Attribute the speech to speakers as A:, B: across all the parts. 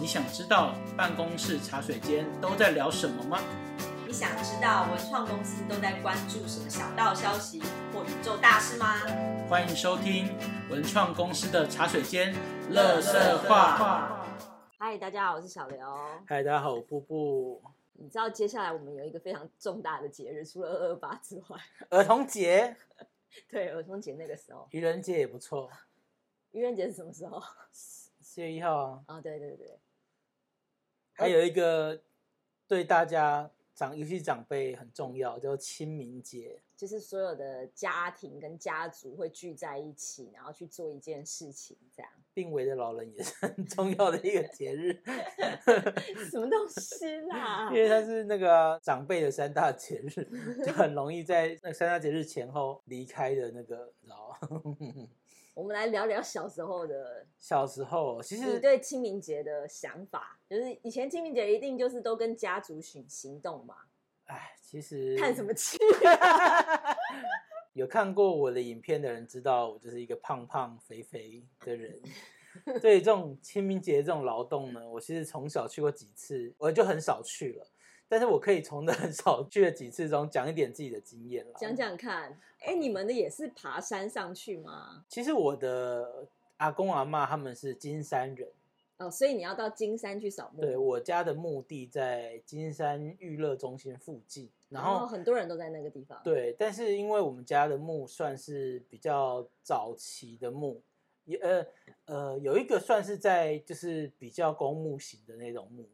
A: 你想知道办公室茶水间都在聊什么吗？
B: 你想知道文创公司都在关注什么小道消息或宇宙大事吗？
A: 欢迎收听文创公司的茶水间乐色话。
B: 嗨，大家好，我是小刘。
A: 嗨，大家好，我布布。
B: 你知道接下来我们有一个非常重大的节日，除了二二八之外，
A: 儿童节、
B: 对儿童节那个时候，
A: 愚人节也不错，
B: 愚人节是什么时 候？
A: 四月一号啊，
B: 啊，对对对，
A: 还有一个对大家长，尤其长辈很重要，叫清明节。
B: 就是所有的家庭跟家族会聚在一起，然后去做一件事情，这 样
A: 病危的老人也是很重要的一个节日，
B: 什么东西啦
A: 因？为它是那个啊、长辈的三大节日，就很容易在那三大节日前后离开的那个，你知道吗？
B: 我们来聊聊小时候 的
A: 小时候其
B: 你
A: 实
B: 对清明节的想法，就是以前清明节一定就是都跟家族行行动嘛，
A: 哎，其实
B: 看什么清？
A: 有看过我的影片的人知道，我就是一个胖胖肥肥的人。对于这种清明节这种劳动 呢，我其实从小去过几次，我就很少去了。但是我可以从那很少去的几次中讲一点自己的经验啦。
B: 讲讲看，哎、你们的也是爬山上去吗？
A: 其实我的阿公阿妈他们是金山人，
B: 哦，所以你要到金山去扫墓，
A: 对我家的墓地在金山娱乐中心附近，然
B: 然
A: 后
B: 后哦很多人都在那个地方，，
A: 对，但是因为我们家的墓算是比较早期的墓，也呃呃有一个算是在就是比较公墓型的那种墓，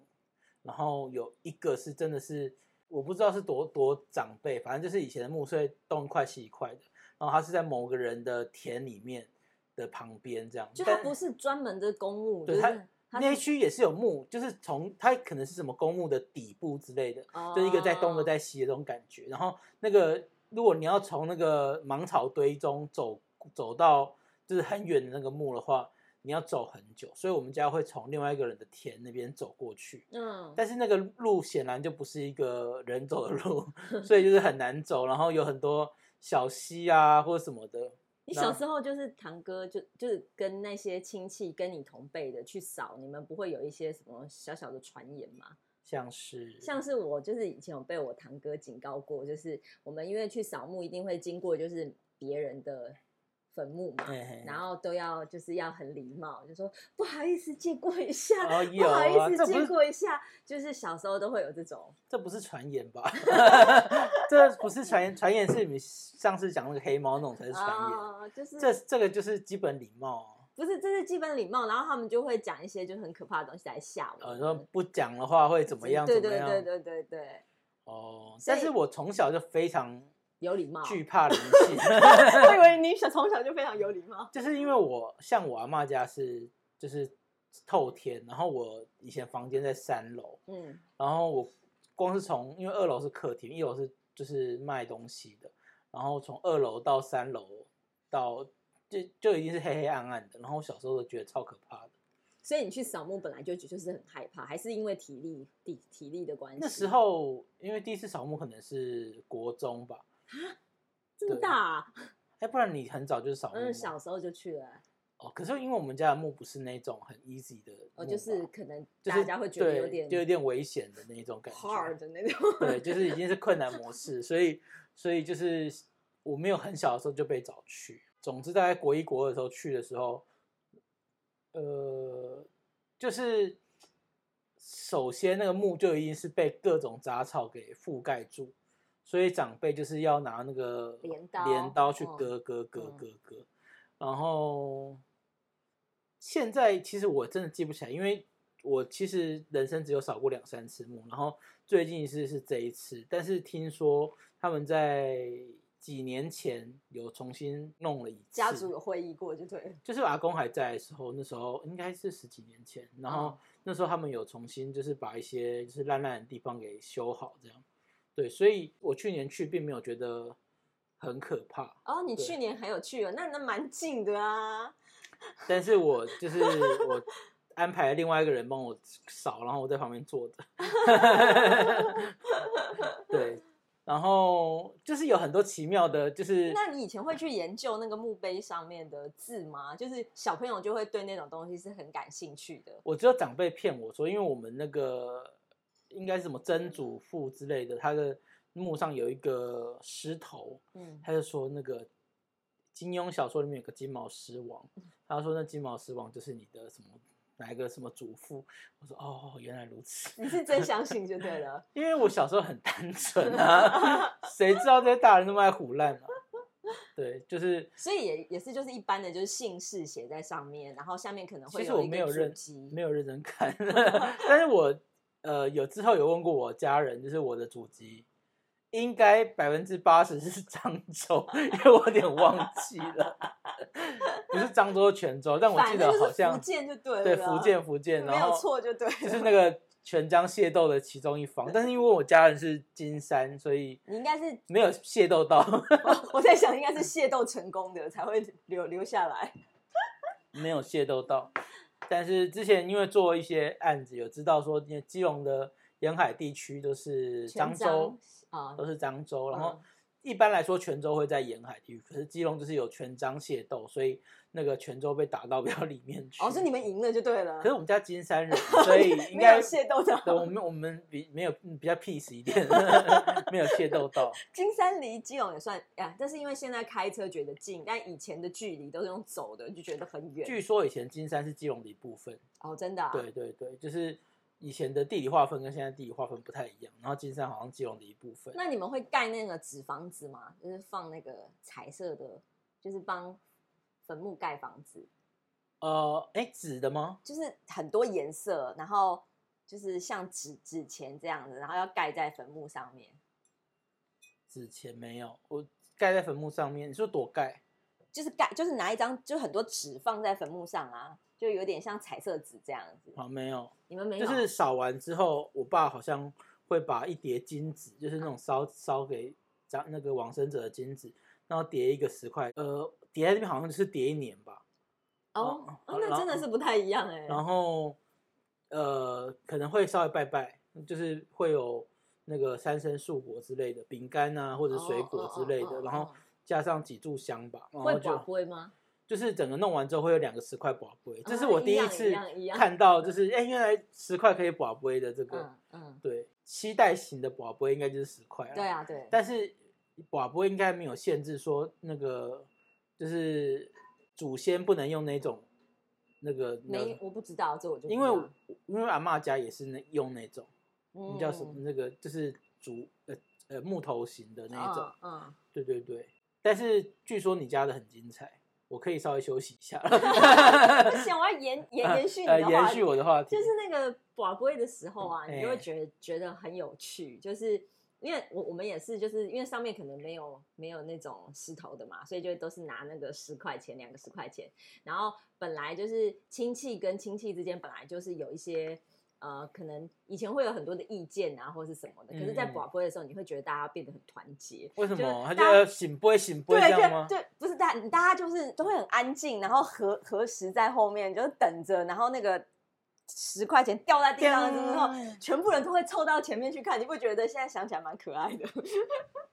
A: 然后有一个是真的是我不知道是多多长辈，反正就是以前的墓，所以东一块西一块的，然后它是在某个人的田里面的旁边这样，
B: 就它
A: 但
B: 不是专门的公墓，
A: 对
B: 就
A: 它
B: 是它
A: 那一区也是有墓，就是从它可能是什么公墓的底部之类的，就一个在东，一个
B: 的
A: 在西的这种感觉。然后那个，如果你要从那个芒草堆中走走到就是很远的那个墓的话，你要走很久，所以我们家会从另外一个人的田那边走过去。
B: 嗯，
A: 但是那个路显然就不是一个人走的 路，所以就是很难走，然后有很多小溪啊或什么的。
B: 你小时候就是堂哥就就是跟那些亲戚跟你同辈的去扫，你们不会有一些什么小小的传言吗？
A: 像是
B: 像是我就是以前有被我堂哥警告过，就是我们因为去扫墓一定会经过就是别人的坟墓嘛，
A: 嘿嘿
B: 然后都要就是要很礼貌，就说不好意思借过一下，
A: 哦
B: 不
A: 有
B: 好
A: 啊
B: 意思
A: 这不
B: 借
A: 是
B: 过一下，就是小时候都会有这种，
A: 这不是传言 吧？这不是传言，传言是你上次讲那个黑猫那种才是传言。
B: 啊，就是
A: 这这个就是基本礼貌啊。
B: 不是这是基本礼貌，然后他们就会讲一些就很可怕的东西来吓我
A: 呃，
B: 们，
A: 说不讲的话会怎么样？
B: 对
A: 怎么
B: 对
A: 样？
B: 对对对对，
A: 哦，
B: 所以
A: 但
B: 啊
A: 是我从小就非常
B: 有礼貌。
A: 惧怕灵性，
B: 我以为你小从小就非常有礼貌，
A: 就是因为我像我阿妈家是就是透天，然后我以前房间在三楼，
B: 嗯，
A: 然后我光是从因为二楼是客厅，一楼是就是卖东西的，然后从二楼到三楼到就就已经是黑黑暗暗的，然后我小时候都觉得超可怕的。
B: 所以你去扫墓本来就就是很害怕，还是因为体力体体力的关系？
A: 那时候因为第一次扫墓可能是国中吧，
B: 这么
A: 对哦
B: 大啊、
A: 哎，不然你很早就是扫墓吗
B: 嗯，小时候就去了，
A: 哦。可是因为我们家的墓不是那种很 easy 的墓吧，
B: 哦，就是可能
A: 就是
B: 大家会觉得
A: 对
B: 有点
A: 就有点危险的那一种感觉
B: hard 的那种，
A: 对，就是已经是困难模式，所以所以就是我没有很小的时候就被找去。总之，大概国一国二的时候去的时候，呃，就是首先那个墓就已经是被各种杂草给覆盖住，所以长辈就是要拿那个
B: 镰刀
A: 镰刀去
B: 嗯
A: 割割割
B: 嗯
A: 割割，然后现在其实我真的记不起来，因为我其实人生只有扫过两三次墓，然后最近一次是这一次，但是听说他们在几年前有重新弄了一次，
B: 家族有会议过就对了，
A: 就是我阿公还在的时候，那时候应该是十几年前，然后
B: 嗯
A: 那时候他们有重新就是把一些就是烂烂的地方给修好，这样，对，所以我去年去并没有觉得很可怕，
B: 哦，你
A: 对
B: 去年还有去哦，那那蛮近的啊，
A: 但是我就是我安排另外一个人帮 我扫，然后我在旁边坐着。对，然后就是有很多奇妙的，就是
B: 那你以 前会去研究那个墓碑上面的字吗？就是小朋友就会对那种东西是很感兴趣的。
A: 我只有长辈骗我说，因为我们那个应该是什么曾祖父之类的，他的墓上有一个狮头，
B: 嗯，
A: 他就说那个金庸小说里面有个金毛狮王，他说那金毛狮王就是你的什么哪一个什么祖父？我说哦，原来如此，
B: 你是真相信就对了。
A: 因为我小时候很单纯啊，谁知道这些大人那么爱胡乱啊？对，就是
B: 所以也也是就是一般的，就是姓氏写在上面，然后下面可能会
A: 其实我
B: 一
A: 没有
B: 个注
A: 认
B: 记。
A: 没有认真看， 但是我呃有之后有问过我家人，就是我的祖籍应该百分之八十是漳州，因为我有点忘记了，不是漳州泉州，但我记
B: 反
A: 得
B: 正就是
A: 好像
B: 福建就对了，啊
A: 对福建福建，
B: 没
A: 然
B: 有
A: 后
B: 错就对了。
A: 就是那个全江械斗的其中一方，但是因为我家人是金山，所以
B: 你应该是，
A: 没有械斗到，
B: 我在想应
A: 嗯
B: 该是械斗成功的才会留留下来。
A: 没有械斗到。但是之前因为做一些案子，有知道说，因为基隆的沿海地区都是
B: 全
A: 漳州，
B: 啊，
A: 都是漳州，然
B: 嗯
A: 后一般来说泉州会在沿海地区，可是基隆就是有全漳械斗，所以那个泉州被打到比较里面去。
B: 哦，是你们赢了就对了。
A: 可是我们家金 山人，所以应
B: 没
A: 该
B: 有械斗
A: 对，我
B: 的，
A: 们我们比没有嗯比较 peace 一点， 没有械斗到。
B: 金山离基隆也算呀，但是因为现在开车觉得近，但以前的距离都是用走的，就觉得很远。
A: 据说以前金山是基隆的一部分，
B: 哦，真的、啊，
A: 对对对，就是以前的地理划分跟现在地理划分不太一样，然后金山好像基隆的一部分。
B: 那你们会盖那个纸房子吗？就是放那个彩色的，就是帮坟墓盖房子，
A: 呃，哎，纸的吗？
B: 就是很多颜色，然后就是像纸纸钱这样子，然后要盖在坟墓上面，
A: 纸钱没有，我盖在坟墓上面。你说躲盖？
B: 就是盖，就是拿一张，就很多纸放在坟墓上啊，就有点像彩色纸这样子。
A: 啊，没有，
B: 你们没有？
A: 就是扫完之后，我爸好像会把一叠金纸，就是那种烧烧给长那个往生者的金纸，然后叠一个十块，呃，叠在这边好像就是叠一年吧。
B: 哦
A: 哦
B: 哦，那真的是不太一样哎、
A: 然后呃，可能会稍微拜拜，就是会有那个三生树果之类的饼干啊，或者水果之类的，
B: 哦哦哦哦哦
A: 然后加上几炷香吧，然
B: 会
A: 后
B: 寡
A: 就
B: 会吗？
A: 就是整个弄完之后会有两个十块宝贝，这
B: 哦
A: 是我
B: 一
A: 第
B: 样一
A: 次
B: 样一样
A: 看到，就是哎、原来十块可以宝贝的这个，
B: 嗯嗯，
A: 对，期待型的宝贝应该就是十块、啊，
B: 对，啊对。
A: 但是宝贝应该没有限制说那个就是祖先不能用那种那个那
B: 没，我不知道，这我就不
A: 因为
B: 知
A: 我
B: 道
A: 因为阿嬷家也是那用那种，
B: 嗯
A: 你叫什么那个就是竹呃呃木头型的那一种，
B: 嗯嗯，
A: 对对对。但是据说你家的很精彩，我可以稍微休息一下，
B: 不行，我要延延 延续你
A: 呃
B: 的话
A: 延
B: 题，
A: 续我的话题，
B: 就是那个寡龟的时候啊，
A: 嗯
B: 你就会
A: 哎
B: 觉得觉得很有趣，就是。因为我我们也是，就是因为上面可能没有没有那种石头的嘛，所以就都是拿那个十块钱、两个十块钱。然后本来就是亲戚跟亲戚之间本来就是有一些呃，可能以前会有很多的意见啊，或是什么的。可是，在
A: 嗯嗯
B: 寡龟的时候，你会觉得大家变得很团结，
A: 为什
B: 就是
A: 么他
B: 大家
A: 就醒不会醒不会
B: 对
A: 这样
B: 对
A: 吗？
B: 对，不是大大家就是都会很安静，然后核核实在后面，就是等着，然后那个十块钱掉在地上之后，
A: 叮
B: 全部人都会凑到前面去看，你不觉得现在想起来蛮可爱的？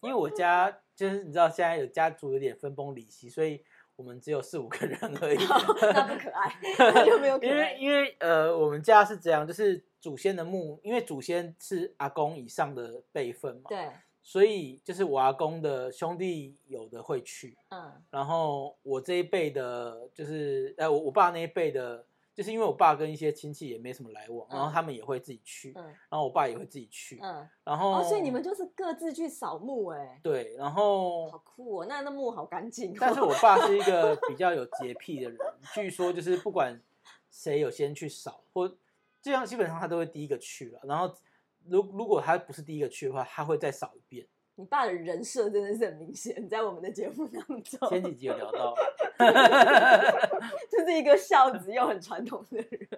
A: 因为我家就是你知道现在有家族有点分崩离析，所以我们只有四五个人 而已。
B: 那不可爱，那 就没有可
A: 因为
B: 爱。
A: 因为呃，我们家是这样，就是祖先的墓，因为祖先是阿公以上的辈分嘛，
B: 对，
A: 所以就是我阿公的兄弟有的会去，
B: 嗯
A: 然后我这一辈的，就是呃我我爸那一辈的，就是因为我爸跟一些亲戚也没什么来往，
B: 嗯
A: 然后他们也会自己去，
B: 嗯
A: 然后我爸也会自己去，
B: 嗯，
A: 然后
B: 哦，所以你们就是各自去扫墓哎、
A: 对，然后
B: 好酷哦！那那墓好干 净、哦，
A: 但是我爸是一个比较有洁癖的人，据说就是不管谁有先去扫，或这样基本上他都会第一个去了。然后如如果他不是第一个去的话，他会再扫一遍。
B: 你爸的人设真的是很明显，在我们的节目当中，
A: 前几集有聊到，
B: 就是一个孝子又很传统的人。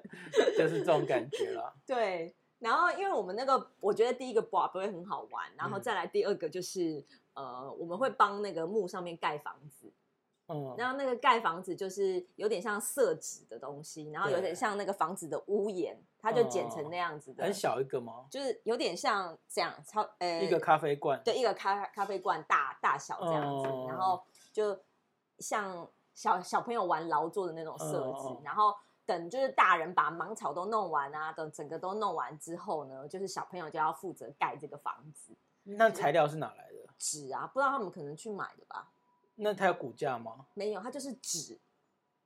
A: 就是这种感觉啦。
B: 对，然后因为我们那个，我觉得第一个 b 不会很好玩，然后
A: 嗯
B: 再来第二个就是、呃，我们会帮那个墓上面盖房子，
A: 嗯，
B: 然后那个盖房子就是有点像色纸的东西，然后有点
A: 对
B: 像那个房子的屋檐，它就剪成
A: 嗯
B: 那样子的，
A: 很小一个吗？
B: 就是有点像这样超呃
A: 一个咖啡罐，
B: 对一个咖咖啡罐大大小这样子，
A: 哦
B: 然后就像小小朋友玩劳作的那种设置，
A: 哦哦
B: 然后等就是大人把芒草都弄完啊，等整个都弄完之后呢，就是小朋友就要负责盖这个房子
A: 那材料是哪来的？
B: 纸啊，不知道他们可能去买的吧？
A: 那它有骨架吗？
B: 没有，它就是纸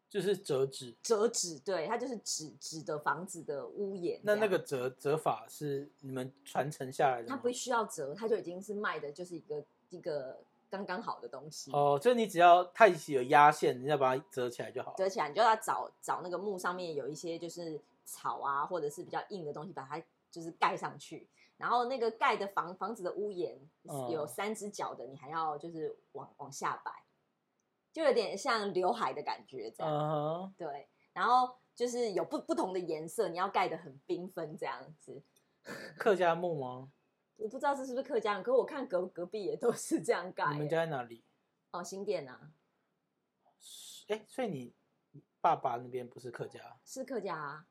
A: 就是折纸，
B: 折纸，对，它就是纸纸的房子的屋檐这
A: 那
B: 样。
A: 那个折折法是你们传承下来的
B: 它
A: 吗
B: 不？需要折，它就已经是卖的就是一个一个刚刚好的东西。
A: 哦，就是你只要它已经有压线，你要把它折起来就好了。
B: 折啊起来，你就要找找那个木上面有一些就是草啊，或者是比较硬的东西，把它就是盖上去。然后那个盖的房房子的屋檐
A: 嗯
B: 有三只脚的，你还要就是往往下摆，就有点像刘海的感觉这样。
A: 嗯哼，
B: 对，然后就是有不不同的颜色，你要盖的很缤纷这样子。
A: 客家木吗？
B: 我不知道这是不是客家人，可我看隔隔壁也都是这样盖耶。
A: 你们家在哪里？
B: 哦，新店啊，
A: 哎，所以你爸爸那边不是客家，
B: 是客家啊？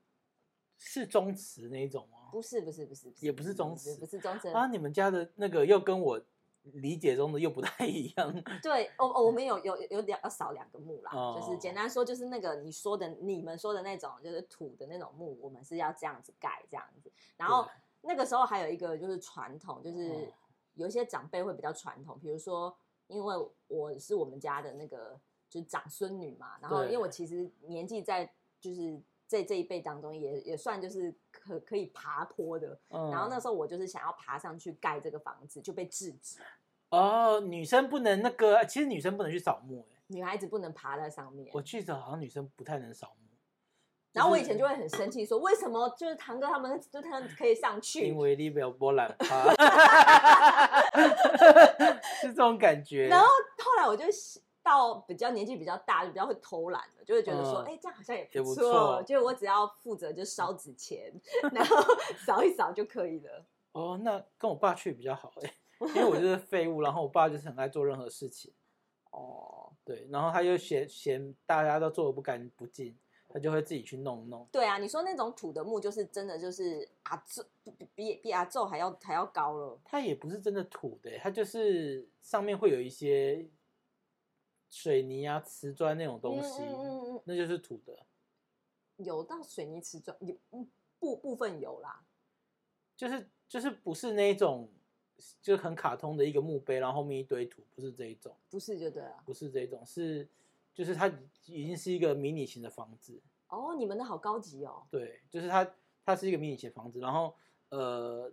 A: 是宗祠那一种吗？
B: 不是，不是，不是，嗯
A: 也不是宗
B: 不是
A: 祠
B: 不是宗祠
A: 啊，你们家的那个又跟我理解中的又不太一样。
B: 对，哦哦，我们有有有两要少两个木啦，
A: 哦
B: 就是简单说，就是那个你说的你们说的那种，就是土的那种木，我们是要这样子盖这样子。然后
A: 对
B: 那个时候还有一个就是传统，就是
A: 嗯
B: 有一些长辈会比较传统，比如说因为我是我们家的那个就是长孙女嘛，然后因为
A: 对
B: 我其实年纪在就是这这一辈当中也也算就是可可以爬坡的，
A: 嗯，
B: 然后那时候我就是想要爬上去盖这个房子，就被制止。
A: 哦，女生不能那个，其实女生不能去扫墓、欸。
B: 女孩子不能爬在上面，
A: 我记得好像女生不太能扫墓，
B: 然后我以
A: 就是
B: 前就会很生气，说为什么就是堂哥他们就他们可以上去
A: 因，为你不要波兰 趴， 是这种感觉。
B: 然后后来我就到比较年纪比较大，就比较会偷懒了，就会觉得说，
A: 嗯
B: 哎、这样好像也
A: 也
B: 不
A: 不
B: 错，
A: 错
B: 就是我只要负责就烧纸钱， 然后扫一扫就可以了。
A: 哦，那跟我爸去比较好哎、 因 为我就是废物，然后我爸就是很爱做任何事情，
B: 哦，
A: 对，然后他又嫌嫌大家都做的不干不净，他就会自己去弄一弄。
B: 对啊，你说那种土的木，就是真的就是阿宙比比比阿宙还要还要高了。
A: 它也不是真的土的欸，它就是上面会有一些水泥啊、瓷砖那种东西，
B: 嗯嗯嗯嗯
A: 那就是土的。
B: 嗯，有到水泥瓷砖有嗯部部分有啦，
A: 就是就是不是那一种，就是很卡通的一个墓碑，然后后面一堆土，不是这一种，
B: 不是就对了。
A: 不是这一种，是就是它已经是一个迷你型的房子，
B: 哦，你们的好高级哦。
A: 对，就是它它是一个迷你型的房子，然后呃，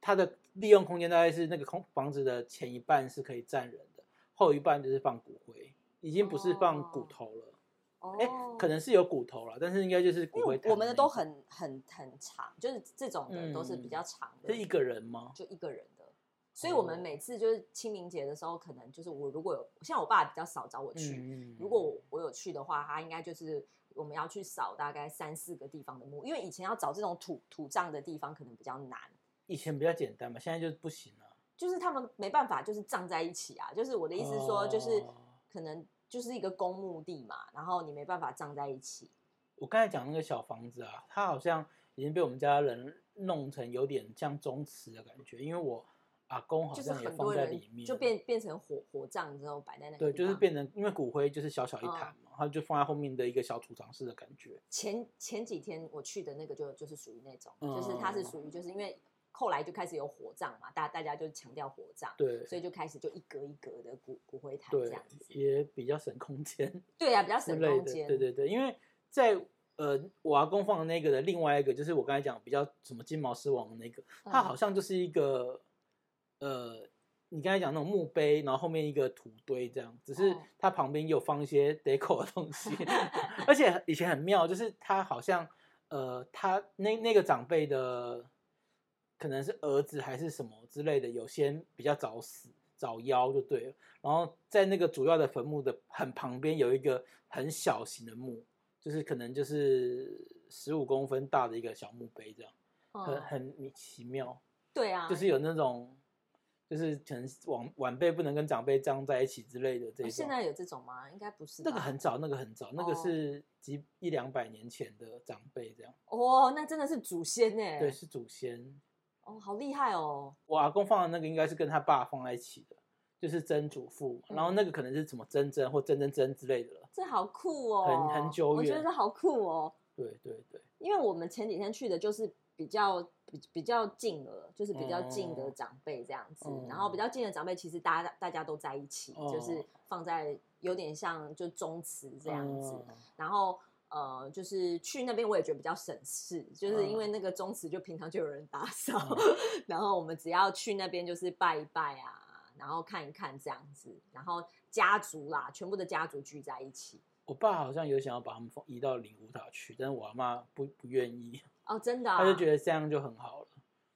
A: 它的利用空间大概是那个空房子的前一半是可以站人的，后一半就是放骨灰，已经不是放骨头了，
B: 哦，
A: 哎、可能是有骨头了，但是应该就是骨
B: 因
A: 灰
B: 为
A: 坛那一种。
B: 我们的都很很很长，就是这种的都是
A: 嗯
B: 比较长的，
A: 是一个人吗？
B: 就一个人的。所以我们
A: 哦
B: 每次就是清明节的时候，可能就是我如果有像我爸比较少找我去，
A: 嗯，
B: 如果我我有去的话，他应该就是我们要去扫大概三四个地方的墓，因为以前要找这种土土葬的地方可能比较难，
A: 以前比较简单嘛，现在就不行了。
B: 就是他们没办法就是葬在一起啊，就是我的意思是说就是
A: 哦
B: 可能就是一个公墓地嘛，然后你没办法葬在一起，
A: 我刚才讲那个小房子啊，它好像已经被我们家人弄成有点像宗祠的感觉，因为我阿公好
B: 就是
A: 像也
B: 很
A: 放
B: 多
A: 在里
B: 人
A: 面，
B: 就变变成火火葬之后摆在那个
A: 对，
B: 地
A: 就是
B: 方
A: 变成因为骨灰就是小小一坛
B: 嗯
A: 嘛，它就放在后面的一个小储藏室的感觉。
B: 前前几天我去的那个就就是属于那种，就是它是
A: 嗯
B: 属于就是因为后来就开始有火葬嘛，大大家就强调火葬，
A: 对
B: 所以就开始就一格一格的骨骨灰坛这
A: 对
B: 样子，。
A: 也比较省空间
B: 对呀、啊，比较
A: 之
B: 省
A: 类
B: 空
A: 的。
B: 间。
A: 对对对，因为在呃我阿公放的那个的另外一个，就是我刚才讲比较什么金毛狮王的那个，它
B: 嗯
A: 好像就是一个呃，你刚才讲那种墓碑，然后后面一个土堆这样，只是
B: 哦
A: 它旁边也有放一些 deco 的东 西，而且以前很妙，就是他好像呃，他那那个长辈的可能是儿子还是什么之类的，有些比较早死早夭就对了，然后在那个主要的坟墓的很旁边有一个很小型的墓，就是可能就是十五公分大的一个小墓碑这样。很
B: 嗯，
A: 很奇妙，
B: 对啊，
A: 就是有那种就是可能晚晚辈不能跟长辈葬在一起之类的这
B: 哦
A: 种。
B: 现在有这种吗？应该不是吧。
A: 那个很早，那个很早，那个
B: 哦
A: 是几一两百年前的长辈这样，
B: 哦，那真的是祖先呢。
A: 对，是祖先。
B: 哦，好厉害哦。
A: 我阿公放的那个应该是跟他爸放在一起的，就是曾祖父嘛，
B: 嗯
A: 然后那个可能是什么曾曾或曾曾曾之类的了。
B: 这好酷哦，
A: 很很久
B: 我觉
A: 远
B: 得好酷哦，
A: 对对对，
B: 因为我们前几天去的就是比较比比较近了，就是比较近的
A: 哦
B: 长辈这样子，
A: 哦
B: 然后比较近的长辈其实大家大家都在一起，就是
A: 哦
B: 放在有点像就宗祠这样子，
A: 嗯
B: 然后。呃，就是去那边我也觉得比较省事，就是因为那个宗祠就平常就有人打扫，
A: 嗯
B: 然后我们只要去那边就是拜一拜啊，然后看一看这样子，然后家族啦，全部的家族聚在一起，
A: 我爸好像有想要把他们放移到灵谷塔去，但是我阿妈不不愿意，
B: 哦，真的、啊，哦
A: 她就觉得这样就很好了。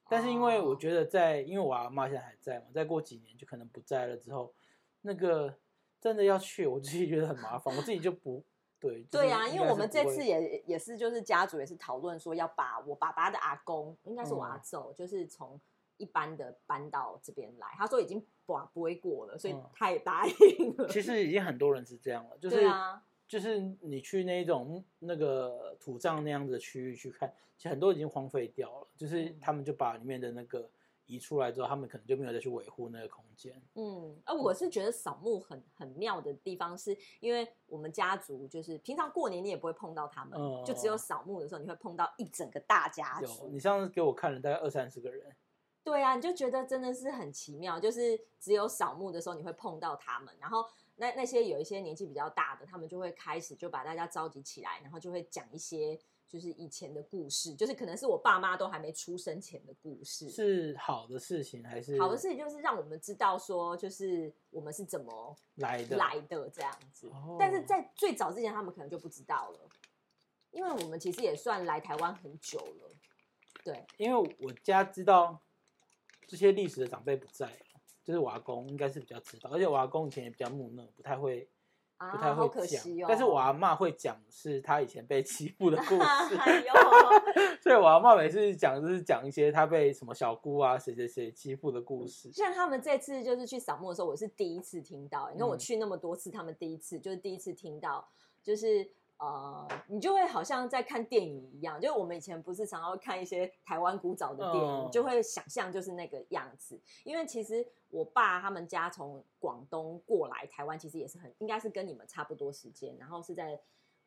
A: 但是因为我觉得在，因为我阿妈现在还在嘛，再过几年就可能不在了之后，那个真的要去，我自己觉得很麻烦，我自己就不对。就是
B: 对呀、
A: 应
B: 因
A: 该
B: 为
A: 是
B: 我们这
A: 不会
B: 次也也是就是家族也是讨论说要把我爸爸的阿公，应该是我阿
A: 嗯
B: 祖，就是从一般的搬到这边来。他说已经不不会过了，所以
A: 嗯
B: 他也答应了。
A: 其实已经很多人是这样了，就是、
B: 对啊，
A: 就是你去那种那个土葬那样子的区域去看，其实很多已经荒废掉了，就是
B: 嗯
A: 他们就把里面的那个移出来之后，他们可能就没有再去维护那个空间。
B: 嗯，而我是觉得扫墓很很妙的地方，是因为我们家族就是平常过年你也不会碰到他们，
A: 嗯
B: 就只有扫墓的时候你会碰到一整个大家
A: 有，
B: 族。
A: 你上次给我看了大概二三十个人，
B: 对啊，你就觉得真的是很奇妙，就是只有扫墓的时候你会碰到他们，然后那那些有一些年纪比较大的，他们就会开始就把大家召集起来，然后就会讲一些就是以前的故事，就是可能是我爸妈都还没出生前的故事。
A: 是好的事情还是
B: 好的事情就是让我们知道说，就是我们是怎么
A: 来的
B: 来的这样子。
A: 哦
B: 但是在最早之前，他们可能就不知道了，因为我们其实也算来台湾很久了。对，
A: 因为我家知道这些历史的长辈不在了，就是我阿公应该是比较知道，而且我阿公以前也比较木讷，不太会
B: 啊，
A: 不太
B: 好
A: 会
B: 可
A: 讲。
B: 惜哦。
A: 但是我阿嬷会讲是她以前被欺负的故
B: 哎
A: 事，
B: 呦，
A: 所以我阿嬷每次讲就是讲一些她被什么小姑啊谁谁谁欺负的故事。
B: 像他们这次就是去扫墓的时候，我是第一次听到、你看我
A: 嗯
B: 去那么多次，他们第一次就是第一次听到，就是呃，你就会好像在看电影一样，就是我们以前不是常常会看一些台湾古早的电影，
A: 嗯
B: 就会想象就是那个样子。因为其实我爸他们家从广东过来台湾，其实也是很应该是跟你们差不多时间，然后是在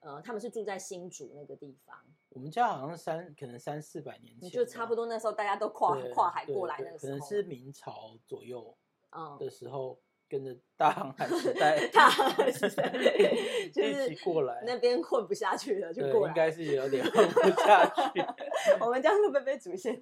B: 呃，他们是住在新竹那个地方，
A: 我们家好像三可能三四百年前，
B: 就差不多那时候大家都跨
A: 对
B: 跨海
A: 对
B: 过来
A: 对
B: 那个时
A: 可
B: 候，
A: 能是明朝左右
B: 嗯
A: 的时候跟着大航海时代，
B: 大海时 代就是
A: 一起过来，
B: 那边混不下去了，就
A: 对
B: 过来。
A: 应该是有点混不下去。
B: 我们这样会不会被祖先？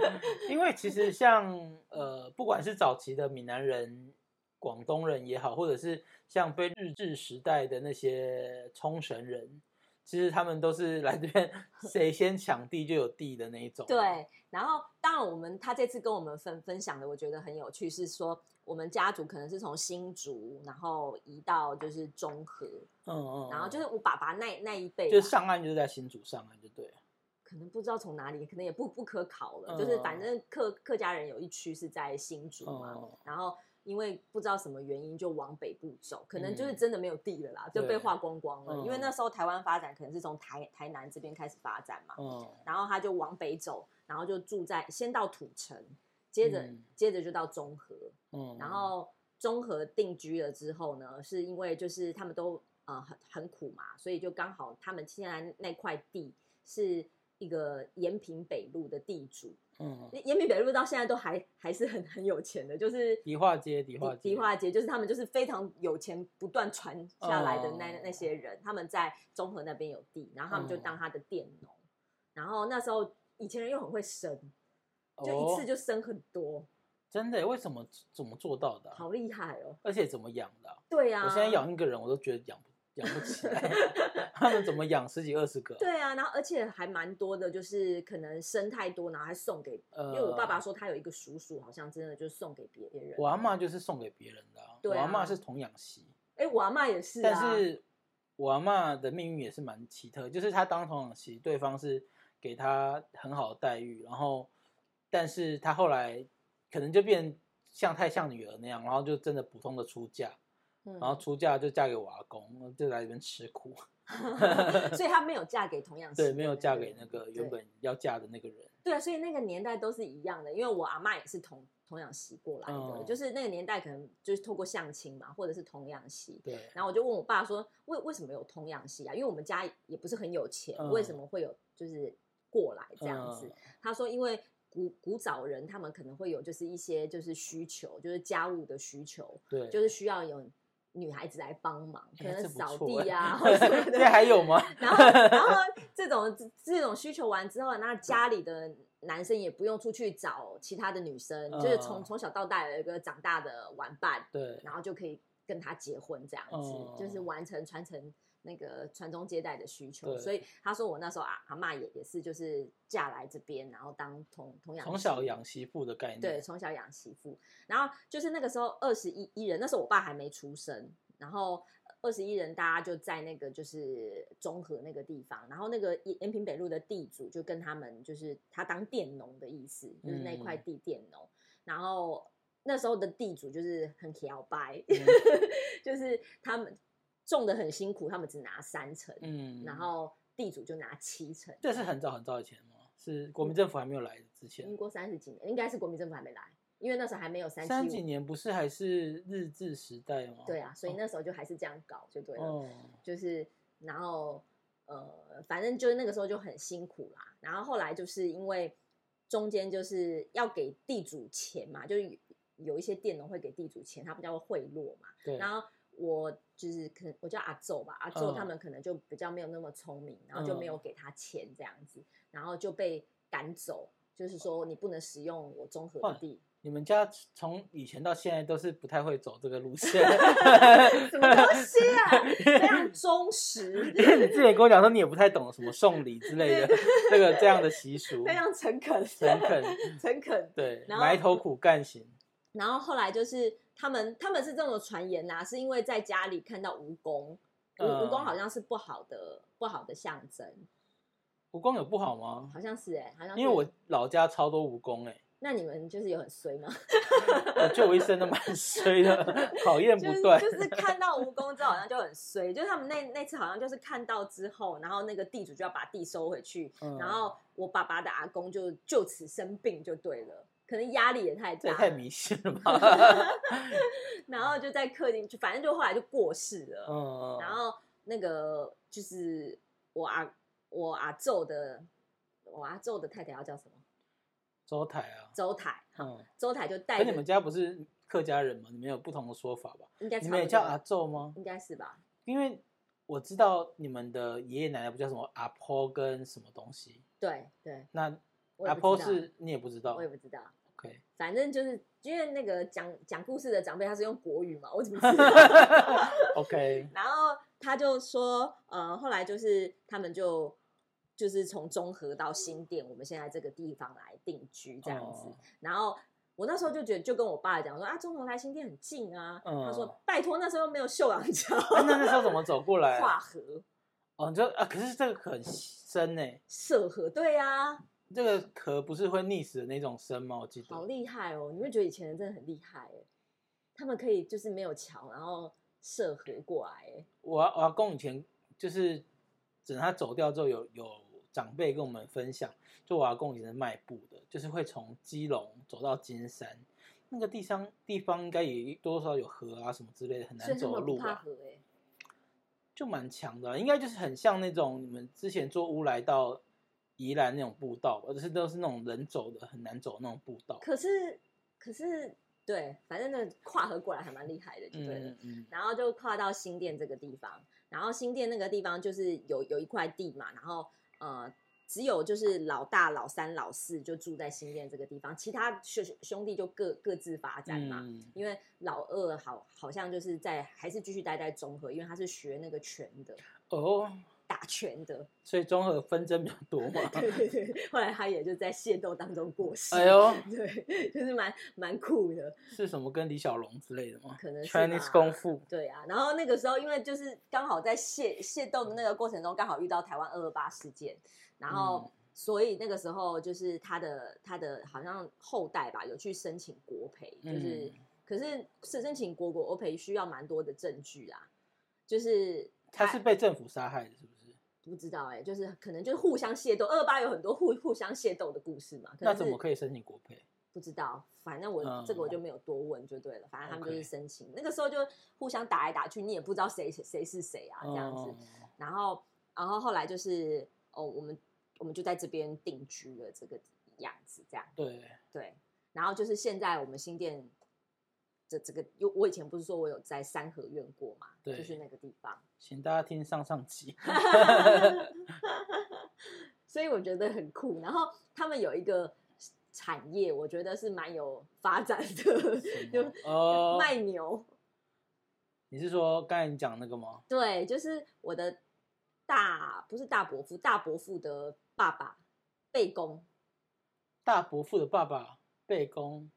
A: 因为其实像呃，不管是早期的闽南人、广东人也好，或者是像被日治时代的那些冲绳人，其实他们都是来这边谁先抢地就有地的那一种。
B: 对，然后当然我们他这次跟我们分分享的，我觉得很有趣，是说我们家族可能是从新竹，然后移到就是中和，
A: 嗯，嗯嗯，
B: 然后就是我爸爸那那一辈、
A: 就
B: 啊。
A: 是上岸就是在新竹上岸就对了。
B: 可能不知道从哪里，可能也不不可考了。
A: 嗯
B: 就是反正客客家人有一区是在新竹嘛，
A: 哦
B: 然后因为不知道什么原因就往北部走，可能就是
A: 嗯
B: 真的没有地了啦，就被
A: 对
B: 划光光了。
A: 嗯
B: 因为那时候台湾发展可能是从台台南这边开始发展嘛，
A: 嗯，
B: 然后他就往北走，然后就住在先到土城，接着、
A: 嗯
B: 接着就到中和，
A: 嗯，
B: 然后中和定居了之后呢，是因为就是他们都呃很很苦嘛，所以就刚好他们现在那块地是一个延平北路的地主，
A: 嗯，
B: 延平北路到现在都还还是很很有钱的，就是
A: 迪化街，迪化
B: 迪
A: 街，
B: 化街就是他们就是非常有钱，不断传下来的那、
A: 哦
B: 那些人，他们在中和那边有地，然后他们就
A: 嗯
B: 当他的佃农，然后那时候以前人又很会生，就
A: 哦
B: 一次就生很多，
A: 真的耶为什么怎么做到的啊、
B: 好厉害哦！
A: 而且怎么养的啊、
B: 对啊，
A: 我现在养一个人我都觉得养不养不起来， 他们怎么养十几二十个啊、
B: 对啊，然后而且还蛮多的，就是可能生太多，然后还送给，
A: 呃
B: 因为我爸爸说他有一个叔叔，好像真的就送给别人。
A: 我阿嬷就是送给别人的、啊，
B: 对啊
A: 我阿嬷是童养媳，
B: 哎，我阿妈也是、啊，
A: 但是我阿嬷的命运也是蛮奇特，就是她当童养媳，对方是给她很好的待遇，然后但是她后来可能就变像太像女儿那样，然后就真的普通的出嫁，
B: 嗯
A: 然后出嫁就嫁给我阿公，就来这边吃苦。
B: 所以她没有嫁给同样
A: 对，
B: 姓
A: 没
B: 的
A: 有
B: 那
A: 嫁
B: 个
A: 给
B: 人
A: 那个
B: 对
A: 原本要嫁的那个人。
B: 对，啊所以那个年代都是一样的，因为我阿妈也是同童养媳过来的，
A: 嗯
B: 就是那个年代可能就是透过相亲嘛，或者是童养媳。
A: 对，
B: 然后我就问我爸说，为为什么有童养媳啊？因为我们家也不是很有钱，
A: 嗯
B: 为什么会有就是过来这样子？
A: 嗯
B: 他说，因为古古早人他们可能会有就是一些就是需求，就是家务的需求，
A: 对，
B: 就是需要有女孩子来帮忙，可
A: 哎
B: 能
A: 这不
B: 扫
A: 错
B: 地
A: 哎
B: 啊，或什么
A: 现
B: 的。
A: 在还有吗？
B: 然后，然后这种这这种需求完之后，那家里的男生也不用出去找其他的女生，就是从
A: 嗯
B: 从小到大有一个长大的玩伴，
A: 对，
B: 然后就可以跟他结婚这样子，
A: 嗯
B: 就是完成传承那个传宗接代的需求。
A: 对
B: 所以他说我那时候啊阿阿嬷也也是就是嫁来这边，然后当同同养
A: 从小
B: 媳
A: 养媳妇的概念。
B: 对，从小养媳妇。然后就是那个时候二十一一人，那时候我爸还没出生，然后二十一人大家就在那个就是中和那个地方，然后那个延延平北路的地主就跟他们就是他当佃农的意思，就是那块
A: 嗯
B: 地佃农，然后。那时候的地主就是很摇摆，
A: 嗯
B: 就是他们种的很辛苦，他们只拿三成，
A: 嗯，
B: 然后地主就拿七成。
A: 这是很早很早以前吗？是国民
B: 嗯
A: 政府还没有来之前
B: 民，国三十几年，应该是国民政府还没来，因为那时候还没有嗯三
A: 三
B: 七
A: 十几年不是还是日治时代吗？
B: 对啊，所以那时候就还是这样搞就对了，
A: 哦，
B: 就是然后呃，反正就是那个时候就很辛苦啦。然后后来就是因为中间就是要给地主钱嘛，就是有有一些佃农会给地主钱，他不叫贿赂嘛。
A: 对，
B: 然后我就是可能我叫阿宙吧，阿宙
A: 嗯
B: 他们可能就比较没有那么聪明，然后就没有给他钱这样子，然后就被赶走，就是说你不能使用我综合
A: 哇
B: 的地。
A: 你们家从以前到现在都是不太会走这个路线，
B: 什么东西啊？非常忠 实，
A: 因 为你之前跟我讲说你也不太懂什么送礼之类的
B: 对
A: 这个这样的习俗，
B: 非常诚 恳，
A: 诚恳，
B: 诚恳。
A: 对，
B: 然后
A: 埋头苦干型，
B: 然后后来就是他们，他们是这种传言啦、是因为在家里看到蜈蚣，蜈
A: 嗯
B: 蜈蚣好像是不好的，不好的象征，
A: 蜈蚣有不好吗？
B: 好像是哎、好像是
A: 因为我老家超多蜈蚣哎、
B: 那你们就是有很衰吗？
A: 我觉得我一生都蛮 衰的，考验
B: 就
A: 不
B: 是
A: 断。
B: 就是看到蜈蚣之后好像就很衰，就是他们那那次好像就是看到之后，然后那个地主就要把地收回去，
A: 嗯
B: 然后我爸爸的阿公就就此生病就对了，可能压力也太
A: 这
B: 大
A: 也
B: 了，
A: 太迷信了吧？
B: 然后就在客厅，就反正就后来就过世了。
A: 嗯，
B: 然后那个就是我阿我阿昼的我阿昼的太太要叫什么？
A: 周台啊，
B: 周台，
A: 嗯，
B: 周台就带
A: 可
B: 着
A: 你们家不是客家人吗？你们有不同的说法吧？
B: 应该
A: 你
B: 差
A: 们也
B: 不多
A: 叫阿昼吗？
B: 应该是吧？
A: 因为我知道你们的爷爷奶奶不叫什么阿婆跟什么东西，
B: 对对，
A: 那
B: 我也
A: 阿
B: 不
A: 婆
B: 知道
A: 是你也不知道
B: 我也不知道，
A: ，OK？
B: 反正就是因为那个讲讲故事的长辈他是用国语嘛，我怎么知 道？
A: OK， 哎
B: 然后他就说，呃，后来就是他们就就是从中和到新店，我们现在这个地方来定居这样子。
A: 哦
B: 然后我那时候就觉得，就跟我爸讲说啊，中和来新店很近啊。
A: 嗯
B: 他说拜托，那时候又没有秀朗桥，
A: 啊那那时候 怎么走过来
B: 跨
A: 啊？
B: 河、
A: 哦，你说啊，可是这个很深呢、
B: 涉河，对啊，
A: 这个壳不是会溺死的那种深吗？我记
B: 好
A: 得。
B: 厉害哦！你会觉得以前人真的很厉害哎，他们可以就是没有桥，然后涉河过来哎。
A: 我阿我阿公以前就是等他走掉之后有，有长辈跟我们分享，就我阿公以前是卖布的，就是会从基隆走到金山，那个地方地方应该也多多少少有河啊什么之类的，很
B: 所
A: 难
B: 以他
A: 走的
B: 们不
A: 路
B: 怕
A: 吧，
B: 河哎，
A: 就蛮强的啊、应该就是很像那种你们之前做乌来到宜兰那种步道吧，就是都是那种人走的很难走的那种步道。
B: 可是可是对，反正那个跨河过来还蛮厉害的，就对了。
A: 嗯嗯
B: 然后就跨到新店这个地方，然后新店那个地方就是有有一块地嘛，然后呃，只有就是老大、老三、老四就住在新店这个地方，其他兄兄弟就各各自发展嘛。
A: 嗯，
B: 因为老二好好像就是在还是继续待在中和，因为他是学那个拳的，
A: 哦，
B: 打拳的。
A: 所以综合纷争比较多嘛。
B: 对对对，后来他也就在械斗当中过世。
A: 哎呦，
B: 对，就是蛮蛮酷的。
A: 是什么跟李小龙之类的吗？
B: 可能是
A: Chinese
B: 吧
A: 功夫。
B: 对啊，然后那个时候因为
A: 嗯
B: 就是刚好在械械斗的那个过程中，刚好遇到台湾二二八事件，然后所以那个时候就是他的他的好像后代吧，有去申请国赔，就是、
A: 嗯
B: 可是申申请国国赔需要蛮多的证据啦，就是
A: 他是被政府杀害的，是不是？
B: 不知道哎、就是可能就是互相械斗，二八有很多互互相械斗的故事嘛，
A: 那怎么
B: 以
A: 可以申请国赔？
B: 不知道？反正我、
A: 嗯
B: 这个我就没有多问就对了，反正他们就是
A: OK
B: 申请那个时候就互相打来打去，你也不知道谁谁是谁啊这样子，
A: 嗯
B: 然后然后后来就是哦，我们我们就在这边定居了这个样子这样。
A: 对，
B: 对，然后就是现在我们新店这这个，因为我以前不是说我有在三合院过嘛，
A: 对
B: 就是那个地方，
A: 请大家听上上 集。
B: 所以我觉得很酷。然后他们有一个产业，我觉得是蛮有发展的， 就
A: 哦，
B: 卖牛。
A: 你是说刚才你讲那个吗？
B: 对，就是我的大不是大伯父，大伯父的爸爸贝公，
A: 大伯父的爸爸贝公，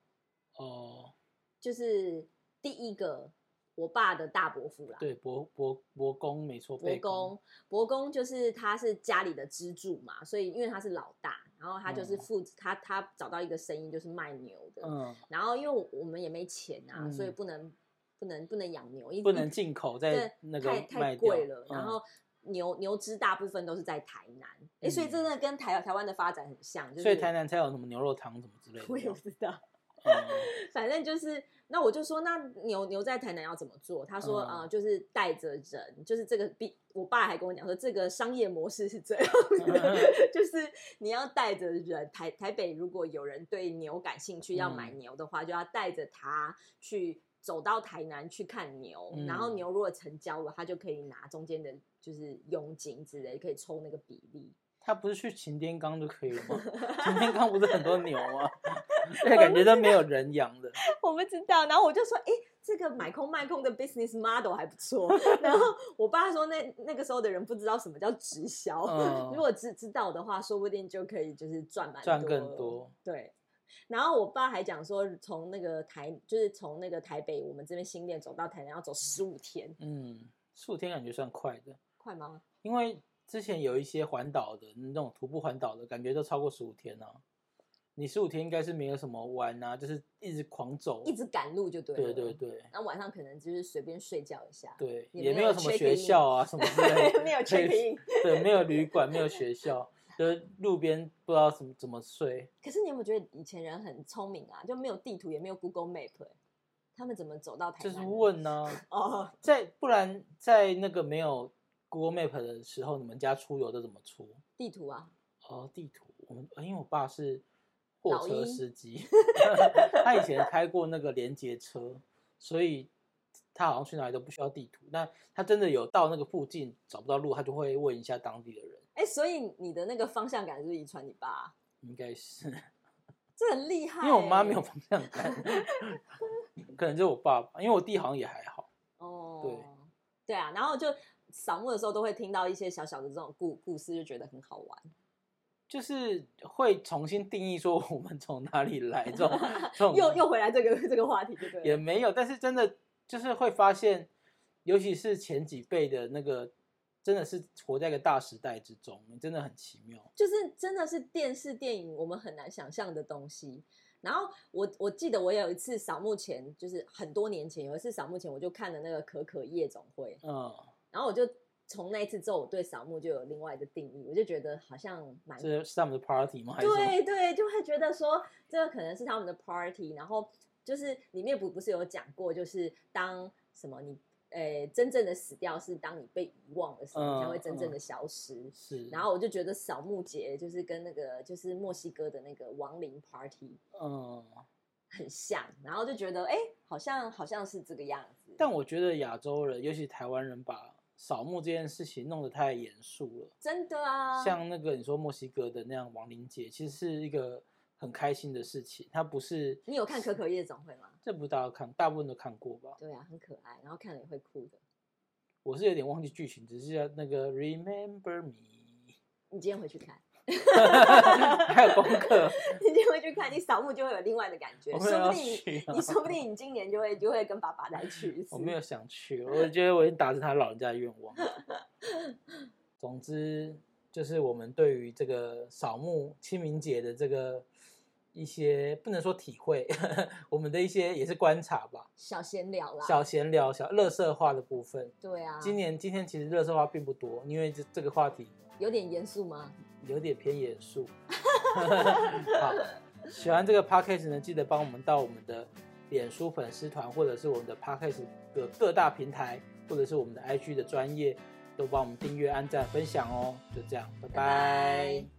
A: 哦，
B: 就是第一个我爸的大伯父啦。
A: 对，伯伯伯公没错，
B: 伯
A: 贝公，
B: 公，伯公就是他是家里的支柱嘛，所以因为他是老大，然后他就是
A: 嗯
B: 负、他他找到一个生意就是卖牛的，
A: 嗯，
B: 然后因为我我们也没钱啊，
A: 嗯
B: 所以不能不能不能养牛，一
A: 不能进 口，
B: 对
A: 在那个
B: 太
A: 卖
B: 太
A: 掉
B: 贵了，然
A: 嗯
B: 后。牛牛只大部分都是在台南，哎、所以
A: 嗯
B: 真的跟台台湾的发展很像，就是
A: 所以台南才有什么牛肉汤什么之类的
B: 我
A: 这
B: 也
A: 样。
B: 不知道，
A: 嗯
B: 反正就是，那我就说，那牛牛在台南要怎么做？他说，
A: 嗯
B: 啊，就是带着人，就是这个比我爸还跟我讲说，这个商业模式是这 样的，就是你要带着人。台台北如果有人对牛感兴趣，要
A: 嗯
B: 买牛的话，就要带着他去走到台南去看牛，
A: 嗯
B: 然后牛如果成交了，他就可以拿中间的就是佣金之类，可以抽那个比例。
A: 他不是去擎天岗就可以了 吗？擎天岗不是很多牛吗？而且感觉都没有人养的。
B: 我不知道。然后我就说，哎、这个买空卖空的 business model 还不 错。然后我爸说那，那个时候的人不知道什么叫直销，
A: 嗯
B: 如果知知道的话，说不定就可以就是赚蛮
A: 赚更
B: 了
A: 多。
B: 对。然后我爸还讲说，从那个台，就是从那个台北，我们这边新店走到台南要走十五天，
A: 嗯，数天感觉算快的，
B: 快吗？
A: 因为之前有一些环岛的那种徒步环岛的，感觉都超过十五天啊。你十五天应该是没有什么玩啊，就是一直狂走，
B: 一直赶路就对了。
A: 对对。对
B: 然后晚上可能就是随便睡觉一下，
A: 对，
B: 也
A: 也
B: 没
A: 没
B: 有
A: 有什么
B: check
A: 学
B: in
A: 校啊什么之类的，
B: 没有
A: 可以
B: check in。
A: 对，没有旅馆，没有学校，就是路边不知道怎么怎么睡。
B: 可是你有没有觉得以前人很聪明啊？就没有地图，也没有 Google Map，、欸、他们怎么走到台
A: 就
B: 南
A: 是
B: 的？
A: 问啊呢、
B: 哦，
A: 在不然在那个没有 Google Map 的时候，你们家出游都怎么出？
B: 地图啊，
A: 哦，地图，我们因为我爸是货
B: 老
A: 车
B: 鹰
A: 司机， 他以前开过那个连接车，所以他好像去哪里都不需要地图。那他真的有到那个附近找不到路，他就会问一下当地的人，
B: 哎、所以你的那个方向感是不是遗传你爸啊、
A: 应该是。
B: 这很厉害欸、
A: 因为我妈没有方向感， 可能就是我爸爸，因为我弟好像也还好。
B: 哦，
A: 对
B: 对啊，然后就扫墓的时候都会听到一些小小的这种故故事，就觉得很好玩。
A: 就是会重新定义说我们从哪里来这种这种
B: 又又回来这个这个话题，对不
A: 也
B: 对了？
A: 没有，但是真的就是会发现，尤其是前几辈的那个，真的是活在一个大时代之中，真的很奇妙。
B: 就是真的是电视电影我们很难想象的东西。然后我我记得我有一次扫墓前，就是很多年前有一次扫墓前，我就看了那个可可夜总会，
A: 嗯，
B: 然后我就从那一次之后，我对扫墓就有另外的定义，我就觉得好像蛮
A: 这是他们的 party 吗？还是什么？
B: 对对，就会觉得说这个可能是他们的 party，然后就是里面不不是有讲过，就是当什么你呃真正的死掉是当你被遗忘的时候，你才
A: 嗯
B: 会真
A: 嗯
B: 正的消失。
A: 是。
B: 然后我就觉得扫墓节就是跟那个就是墨西哥的那个亡灵 party
A: 嗯，
B: 很像，然后就觉得哎，好像好像是这个样子。
A: 但我觉得亚洲人，尤其台湾人，把扫墓这件事情弄得太严肃了。
B: 真的啊，
A: 像那个你说墨西哥的那样亡灵节，其实是一个很开心的事情。它不是
B: 你有看可可夜总会吗？
A: 这不大家看，大部分都看过吧？
B: 对啊，很可爱，然后看了也会哭的。
A: 我是有点忘记剧情，只是要那个 Remember Me，
B: 你今天回 去看，
A: 还有功课，
B: 你今天回去看，你扫墓就会有另外的感觉，
A: 我没有
B: 说不
A: 要
B: 定你
A: 去、啊
B: 你，说不定你今年就会就会跟爸爸再去一次。
A: 我没有 想去，我觉得我已经达成他老人家的愿望了。总之，就是我们对于这个扫墓清明节的这个一些不能说体会， 我们的一些也是观察吧，
B: 小闲聊啦，
A: 小闲聊、小乐色化的部分。
B: 对啊，
A: 今年今天其实乐色化并不多，因为这这个话题
B: 有点严肃吗？
A: 有点偏严肃。 好，喜欢这个 podcast 呢，记得帮我们到我们的脸书粉丝团，或者是我们的 podcast 的各大平台，或者是我们的 IG 的专业，都帮我们订阅、按赞、分享哦。就这样，拜
B: 拜拜
A: 拜